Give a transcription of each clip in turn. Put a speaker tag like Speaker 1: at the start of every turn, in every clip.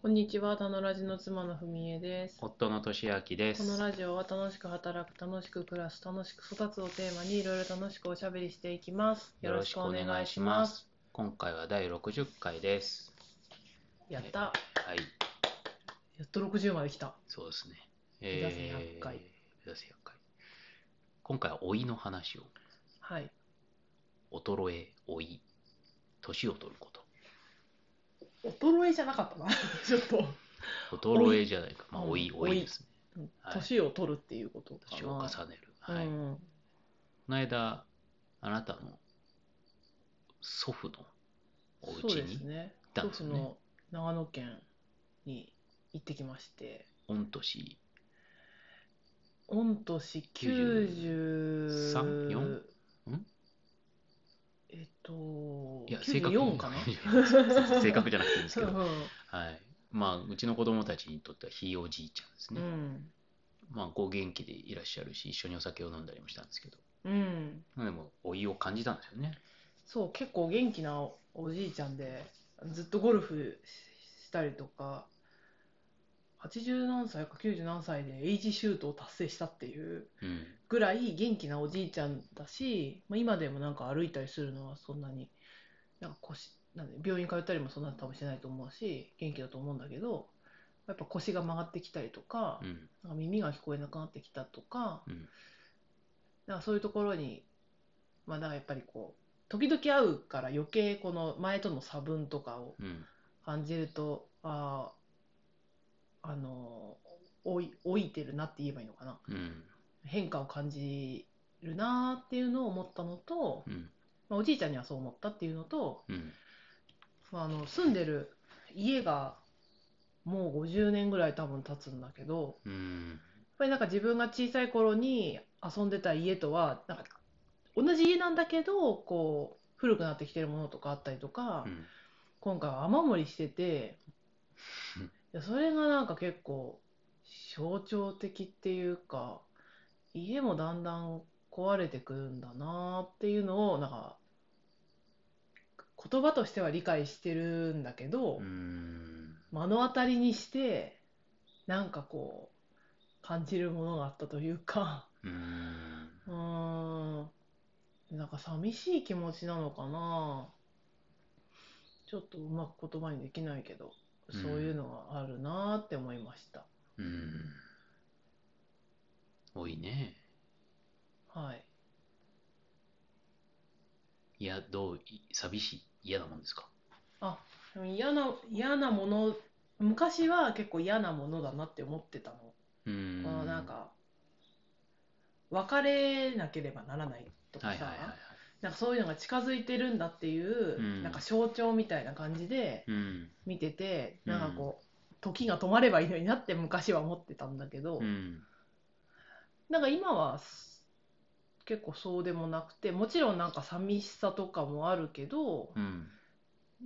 Speaker 1: こんにちは、たのラジの妻のふみえです。こ
Speaker 2: 夫の俊明です。
Speaker 1: のラジオは楽しく働く、楽しく暮らす、楽しく育つをテーマにいろいろ楽しくおしゃべりしていきます。よろしくお願いします。。
Speaker 2: 今回は第60回です。
Speaker 1: やった。
Speaker 2: はい、
Speaker 1: やっと60まで来た。
Speaker 2: そうですね。
Speaker 1: 目指せ100回
Speaker 2: えー目指せ100回。今回は老いの話を。
Speaker 1: はい。
Speaker 2: 衰え、老い、年を取ること。
Speaker 1: 衰えじゃなか ったな。ちょっと。
Speaker 2: 衰えじゃないか。まあ、
Speaker 1: うん
Speaker 2: 老い、
Speaker 1: 老い
Speaker 2: 老いですね。はい
Speaker 1: 年を取るっていうことかな。
Speaker 2: 年を重ねる。はい。
Speaker 1: う
Speaker 2: こ
Speaker 1: ん。
Speaker 2: の間、あなたの祖父のお
Speaker 1: そうで
Speaker 2: 家に
Speaker 1: す
Speaker 2: 行っ
Speaker 1: ね。
Speaker 2: たん
Speaker 1: 一
Speaker 2: で
Speaker 1: つ
Speaker 2: すよね。
Speaker 1: の長野県に行ってきまして、
Speaker 2: 御年
Speaker 1: 御年90
Speaker 2: 93 4ん
Speaker 1: えっと、
Speaker 2: いや、正確に
Speaker 1: 94かな
Speaker 2: 正確じゃなくていいんですけど。
Speaker 1: う
Speaker 2: はい。まあ、うちの子供たちにとってはひいおじいちゃんです
Speaker 1: んう
Speaker 2: ね。
Speaker 1: ん。
Speaker 2: まあ、ご元気でいらっしゃるし、一緒にお酒を飲んだりもしたんですけど。
Speaker 1: うん。
Speaker 2: まあでも、老いを感じたんですよね。
Speaker 1: そう、結構元気なおじいちゃんで、ずっとゴルフししたりとか、80何歳か90何歳でエイジシュートを達成したっていう
Speaker 2: うん。
Speaker 1: ぐらい元気なおじいちゃんだし、まあ、今でもなんか歩いたりするのはそんなになんか腰なんで病院通ったりもそんな多分してないと思うし元気だと思うんだけどやっぱ腰が曲がってきたりとか,、
Speaker 2: うん。
Speaker 1: なんか耳が聞こえなくなってきたとか
Speaker 2: うん。
Speaker 1: なんかそういうところにまあだからやっぱりこう時々会うから余計この前との差分とかを
Speaker 2: うん。
Speaker 1: 感じるとあああの老い老いてるなって言えばいいのかな。
Speaker 2: うん。
Speaker 1: 変化を感じるなーっていうのを思ったのと、
Speaker 2: うん。
Speaker 1: まあ、おじいちゃんにはそう思ったっていうのと、
Speaker 2: うん。
Speaker 1: まあ、あの住んでる家がもう50年ぐらい多分経つんだけど
Speaker 2: うん。
Speaker 1: やっぱりなんか自分が小さい頃に遊んでた家とはなんか同じ家なんだけどこう古くなってきてるものとかあったりとか、
Speaker 2: うん
Speaker 1: 今回は雨漏りしてて
Speaker 2: うん
Speaker 1: いやそれがなんか結構象徴的っていうか家もだんだん壊れてくるんだなっていうのをなんか言葉としては理解してるんだけど、
Speaker 2: うん。
Speaker 1: 目の当たりにしてなんかこう感じるものがあったというか
Speaker 2: うん。
Speaker 1: うーんなんか寂しい気持ちなのかなちょっとうまく言葉にできないけど、
Speaker 2: うん
Speaker 1: そういうのがあるなーって思いました
Speaker 2: うん。老いね。
Speaker 1: はい
Speaker 2: いや、どう、い寂しい、嫌なもんですか。
Speaker 1: でも嫌な嫌なもの昔は結構嫌なものだなって思ってたの
Speaker 2: うん。
Speaker 1: このなん。か別れなければならないとか
Speaker 2: はい
Speaker 1: さ、
Speaker 2: はいはいはい。
Speaker 1: なんかそういうのが近づいてるんだっていう、
Speaker 2: うん
Speaker 1: なんか象徴みたいな感じで
Speaker 2: うん。
Speaker 1: 見てて、
Speaker 2: うん
Speaker 1: なんかこう時が止まればいいのになって昔は思ってたんだけど、
Speaker 2: うん。
Speaker 1: なんか今はす結構そうでもなくてもちろんなんか寂しさとかもあるけど
Speaker 2: うん。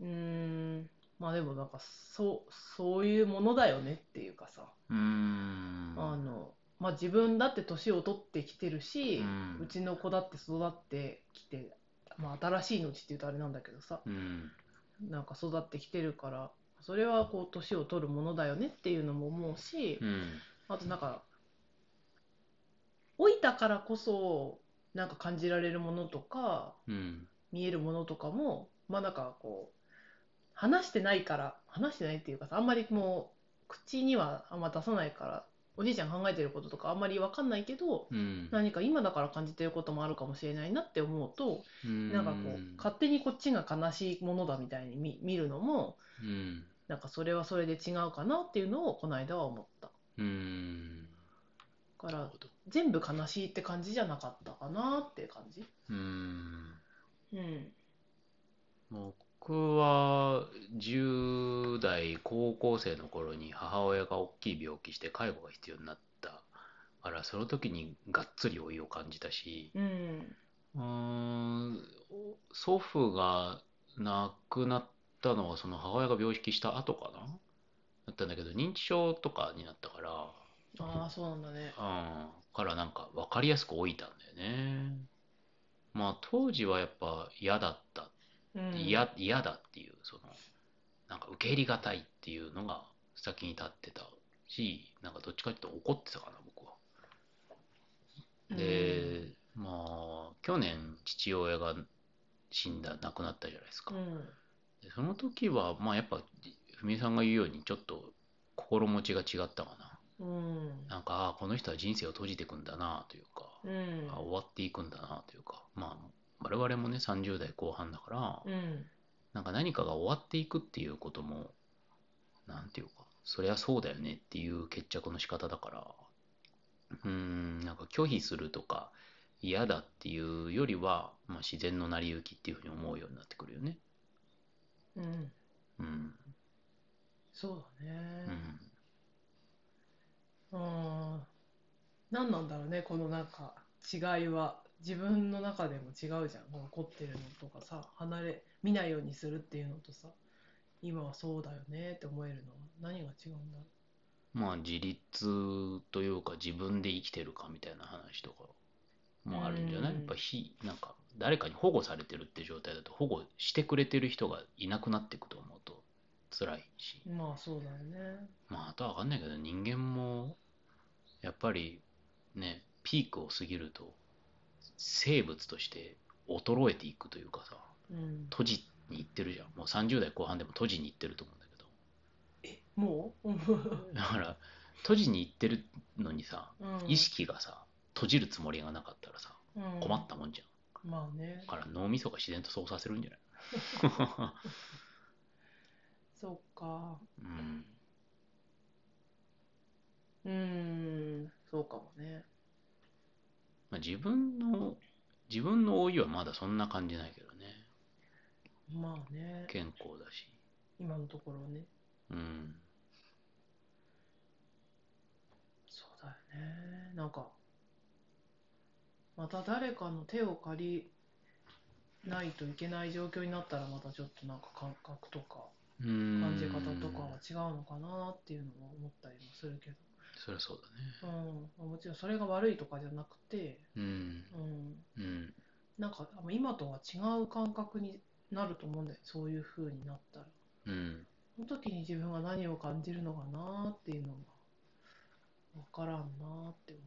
Speaker 1: うーんまあでもなんかそうそういうものだよねっていうかさ、
Speaker 2: うん。
Speaker 1: あのまあ、自分だって年を取ってきてるし、
Speaker 2: う
Speaker 1: うんちの子だって育ってきて、まあ、新しい命って言うとあれなんだけどさ、
Speaker 2: うん。
Speaker 1: なんか育ってきてるからそれはこう年を取るものだよねっていうのも思うし、
Speaker 2: うん。
Speaker 1: あとなんか老いたからこそなんか感じられるものとか
Speaker 2: うん。
Speaker 1: 見えるものとかもまあなんかこう話してないから話してないっていうかさあんまりもう口にはあんま出さないからおじいちゃん考えてることとかあんまり分かんないけど
Speaker 2: うん。
Speaker 1: 何か今だから感じてることもあるかもしれないなって思うとな
Speaker 2: な
Speaker 1: んかこう勝手にこっちが悲しいものだみたいに見見るのも
Speaker 2: うん、
Speaker 1: なんかそれはそれで違うかなっていうのをこの間は思った
Speaker 2: うん、
Speaker 1: か
Speaker 2: なる
Speaker 1: ら
Speaker 2: ほど。
Speaker 1: 全部悲しいって感じじゃなかったかなって感じ
Speaker 2: うん、
Speaker 1: うん
Speaker 2: 僕は10代高校生の頃に母親が大きい病気して介護が必要になったから、その時にがっつり老いを感じたし、
Speaker 1: うん
Speaker 2: うーん、祖父が亡くなったのはその母親が病気した後かなだったんだけど、認知症とかになったから、
Speaker 1: ああそうなんだね
Speaker 2: うん、からなんか分かりやすく老いたんだよね。まあ当時はやっぱ嫌だった、
Speaker 1: うん
Speaker 2: 嫌、嫌だっていう、その、なんか受け入れがたいっていうのが先に立ってたし、なんかどっちかっていうと怒ってたかな、僕は。で、まあ、去年父親が死んだ、亡くなったじゃないですか
Speaker 1: う。ん
Speaker 2: でその時は、まあやっぱ、ふみさんが言うように、ちょっと心持ちが違ったかな。
Speaker 1: うん
Speaker 2: なんか、ああこの人は人生を閉じていくんだなというか、
Speaker 1: うん
Speaker 2: あ終わっていくんだなというか、まあ、我々もね、30代後半だから、
Speaker 1: うん
Speaker 2: なんか何かが終わっていくっていうことも、なんていうか、そりゃそうだよねっていう決着の仕方だから、うーん、なんか拒否するとか嫌だっていうよりは、まあ、自然の成り行きっていうふうに思うようになってくるよね。
Speaker 1: うん
Speaker 2: うん。
Speaker 1: そうだ
Speaker 2: う
Speaker 1: ね
Speaker 2: ん。
Speaker 1: うん何なんだろうねこのなんか違いは自分の中でも違うじゃんもう怒ってるのとかさ離れ見ないようにするっていうのとさ今はそうだよねって思えるのは何が違うんだろ
Speaker 2: まあ、自立というか自分で生きてるかみたいな話とかもあるんじゃない
Speaker 1: うん
Speaker 2: やっぱ非、なんか誰かに保護されてるって状態だと保護してくれてる人がいなくなっていくと思うと辛いし。
Speaker 1: うまあそうだよね
Speaker 2: まあ、あとは分かんないけど、人間も、やっぱり、ね、ピークを過ぎると、生物として衰えていくというかさ、
Speaker 1: うん
Speaker 2: 閉じに行ってるじゃん。もう30代後半でも閉じに行ってると思うんだけ
Speaker 1: もう、
Speaker 2: ど。だから、閉じに行ってるのにさ、
Speaker 1: うん、
Speaker 2: 意識がさ、閉じるつもりがなかったらさ、困ったもんじゃん。
Speaker 1: うんまあね
Speaker 2: だから脳みそが自然とそうさせるんじゃない
Speaker 1: そっか
Speaker 2: うん。
Speaker 1: うーんそうかもね
Speaker 2: まあ、自分の、自分の老いはまだそんな感じないけどね。
Speaker 1: まあね
Speaker 2: 健康だし。
Speaker 1: 今のところね
Speaker 2: うん。
Speaker 1: そうだよねなんかまた誰かの手を借りないといけない状況になったらまたちょっとなんか感覚とか
Speaker 2: 感
Speaker 1: 感じ方とかは違うのかなっていうのも思ったりもするけ
Speaker 2: そりゃそうだね
Speaker 1: ど、うん、もちろんそれが悪いとかじゃなくて、
Speaker 2: うん
Speaker 1: うん、
Speaker 2: うん
Speaker 1: なんかあの今とは違う感覚になると思うんだよそういう風になったら
Speaker 2: うん
Speaker 1: その時に自分が何を感じるのかなっていうのが分からんなって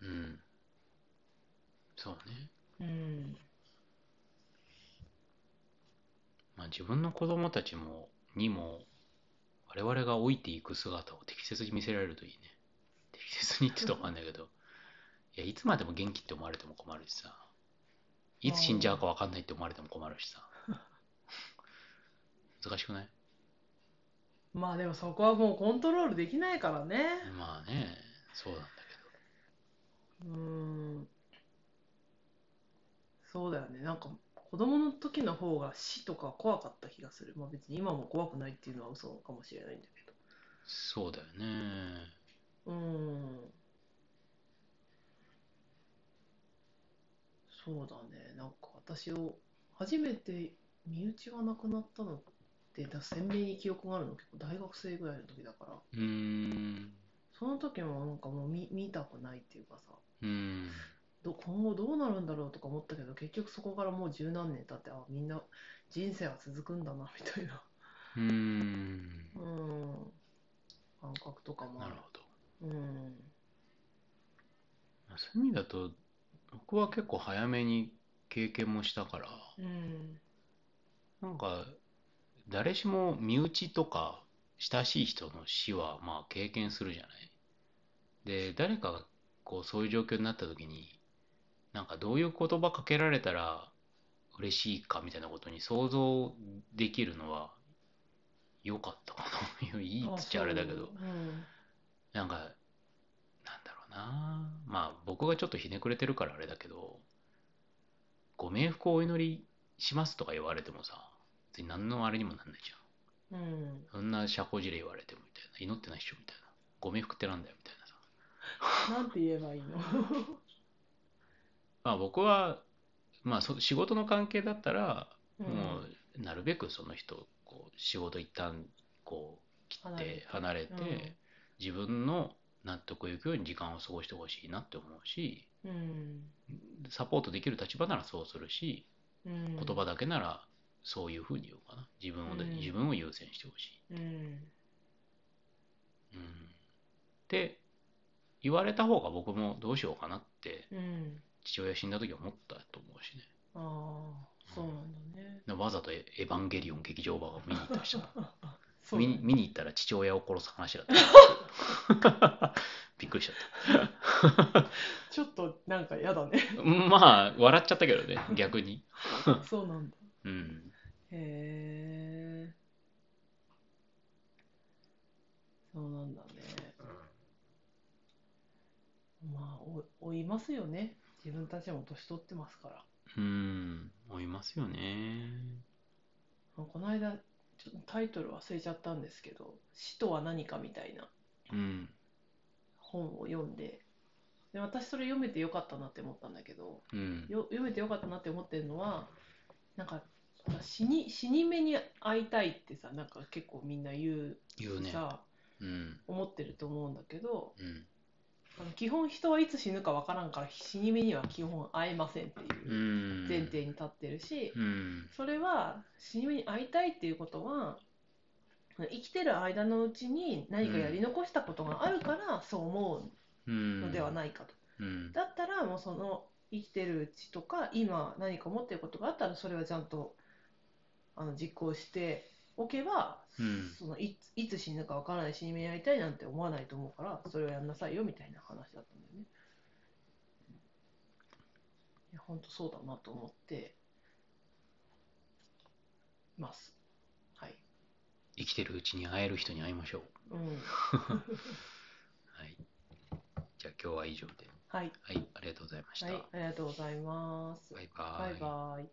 Speaker 2: うんそうね
Speaker 1: 思ううん
Speaker 2: まあ自分の子供たちもにも我々が老いていく姿を適切に見せられるといいね適切にって言うと分かんないけどいやいつまでも元気って思われても困るしさいつ死んじゃうか分かんないって思われても困るしさ難しくない
Speaker 1: まあでもそこはもうコントロールできないからね
Speaker 2: まあねそうなんだ
Speaker 1: うんそうだよねなんか子供の時の方が死とか怖かった気がするまあ別に今も怖くないっていうのは嘘かもしれないんだけ
Speaker 2: けどそうだよね
Speaker 1: どうんそうだねなんか私を初めて身内が亡くなったのってだ鮮明に記憶があるの結構大学生ぐらいの時だから
Speaker 2: うーん
Speaker 1: その時もなんかもう見見たくないっていうかさ
Speaker 2: うん
Speaker 1: ど今後どうなるんだろうとか思ったけど結局そこからもう十何年経ってあみんな人生は続くんだなみたいな
Speaker 2: うーん
Speaker 1: うん感覚とかもあ
Speaker 2: な
Speaker 1: る
Speaker 2: るほど。
Speaker 1: うん
Speaker 2: まあそういう意味だと、僕は結構早めに経験もしたから、
Speaker 1: うん
Speaker 2: なんか、誰しも身内とか親しい人の死はまあ経験するじゃない。で、誰かがこうそういう状況になった時に、なんかどういう言葉かけられたら嬉しいかみたいなことに想像できるのは良かったかな。いいっつっちゃあれだけど。
Speaker 1: うん
Speaker 2: なんか、なんだろうな。まあ、僕がちょっとひねくれてるからあれだけど、ご冥福をお祈りしますとか言われてもさ、別に何のあれにもなんないじゃ
Speaker 1: うん
Speaker 2: ん。そんな社交辞令言われてもみたいな。祈ってないっしょみたいな。ご冥福ってなんだよみたいなさ。
Speaker 1: なんて言えばいいの
Speaker 2: まあ僕は、まあそ仕事の関係だったら、
Speaker 1: うん
Speaker 2: もうなるべくその人、こう仕事一旦こう切っ
Speaker 1: 離れ
Speaker 2: て
Speaker 1: て
Speaker 2: 離れ
Speaker 1: うん
Speaker 2: て、自分の納得いくように時間を過ごしてほしいなって思うし、
Speaker 1: うん
Speaker 2: サポートできる立場ならそうするし、
Speaker 1: うん
Speaker 2: 言葉だけならそういうふうに言おうかな。自分を、
Speaker 1: うん
Speaker 2: 自分を優先してほしい。
Speaker 1: うん
Speaker 2: うん。って言われた方が僕もどうしようかなって
Speaker 1: うん。
Speaker 2: 父親死んだ時思ったと思うしね。
Speaker 1: ああ、そうなんだね。
Speaker 2: でわざとエエヴァンゲリオン劇場版を見に行ったりしたもん
Speaker 1: そう
Speaker 2: 見
Speaker 1: だね
Speaker 2: に見に行ったら父親を殺す話だった。 びっくりしちゃっ
Speaker 1: ちょっとなんか嫌だ ね。
Speaker 2: た。うんまあ、笑っちゃったけどね、逆に。
Speaker 1: そうなんだ。
Speaker 2: うん。
Speaker 1: へえ。そうなんだね。まあ、お追いますよね。自分たちも年取ってますから。
Speaker 2: うん、思いますよね。
Speaker 1: あこの間、ちょっとタイトル忘れちゃったんですけど、死とは何かみたいな
Speaker 2: うん、
Speaker 1: 本を読んで、で私それ読めてよかったなって思ったんだけど、
Speaker 2: うん、
Speaker 1: よ読めてよかったなって思ってるのはなんか死に死に目に会いたいってさなんか結構みんな言
Speaker 2: 言う
Speaker 1: う
Speaker 2: ね。
Speaker 1: さ
Speaker 2: うん、
Speaker 1: 思ってると思うんだけど
Speaker 2: うん、
Speaker 1: あの基本人はいつ死ぬかわからんから死に目には基本会えませんって
Speaker 2: う。
Speaker 1: いうん前提に立ってるし
Speaker 2: うん、
Speaker 1: それは死に目に会いたいっていうことは生きてる間のうちに何かやり残したことがあるからそう思う
Speaker 2: う。
Speaker 1: んのではないかと。
Speaker 2: うん、
Speaker 1: だったらもうその生きてるうちとか今何か思ってることがあったらそれはちゃんとあの実行しておけば、
Speaker 2: うん
Speaker 1: そのいついつ死ぬかわからない死に目に会いたいなんて思わないと思うからそれをやんなさいよみたいな話だったんだよね。いや本当そうだなと思ってます。はい。
Speaker 2: 生きてるうちに会える人に会いましょう。
Speaker 1: うん。
Speaker 2: はい。じゃあ今日は以上で。
Speaker 1: はい。
Speaker 2: はい、ありがとうございました。
Speaker 1: はい。ありがとうございます。
Speaker 2: バイバ
Speaker 1: バイバイ。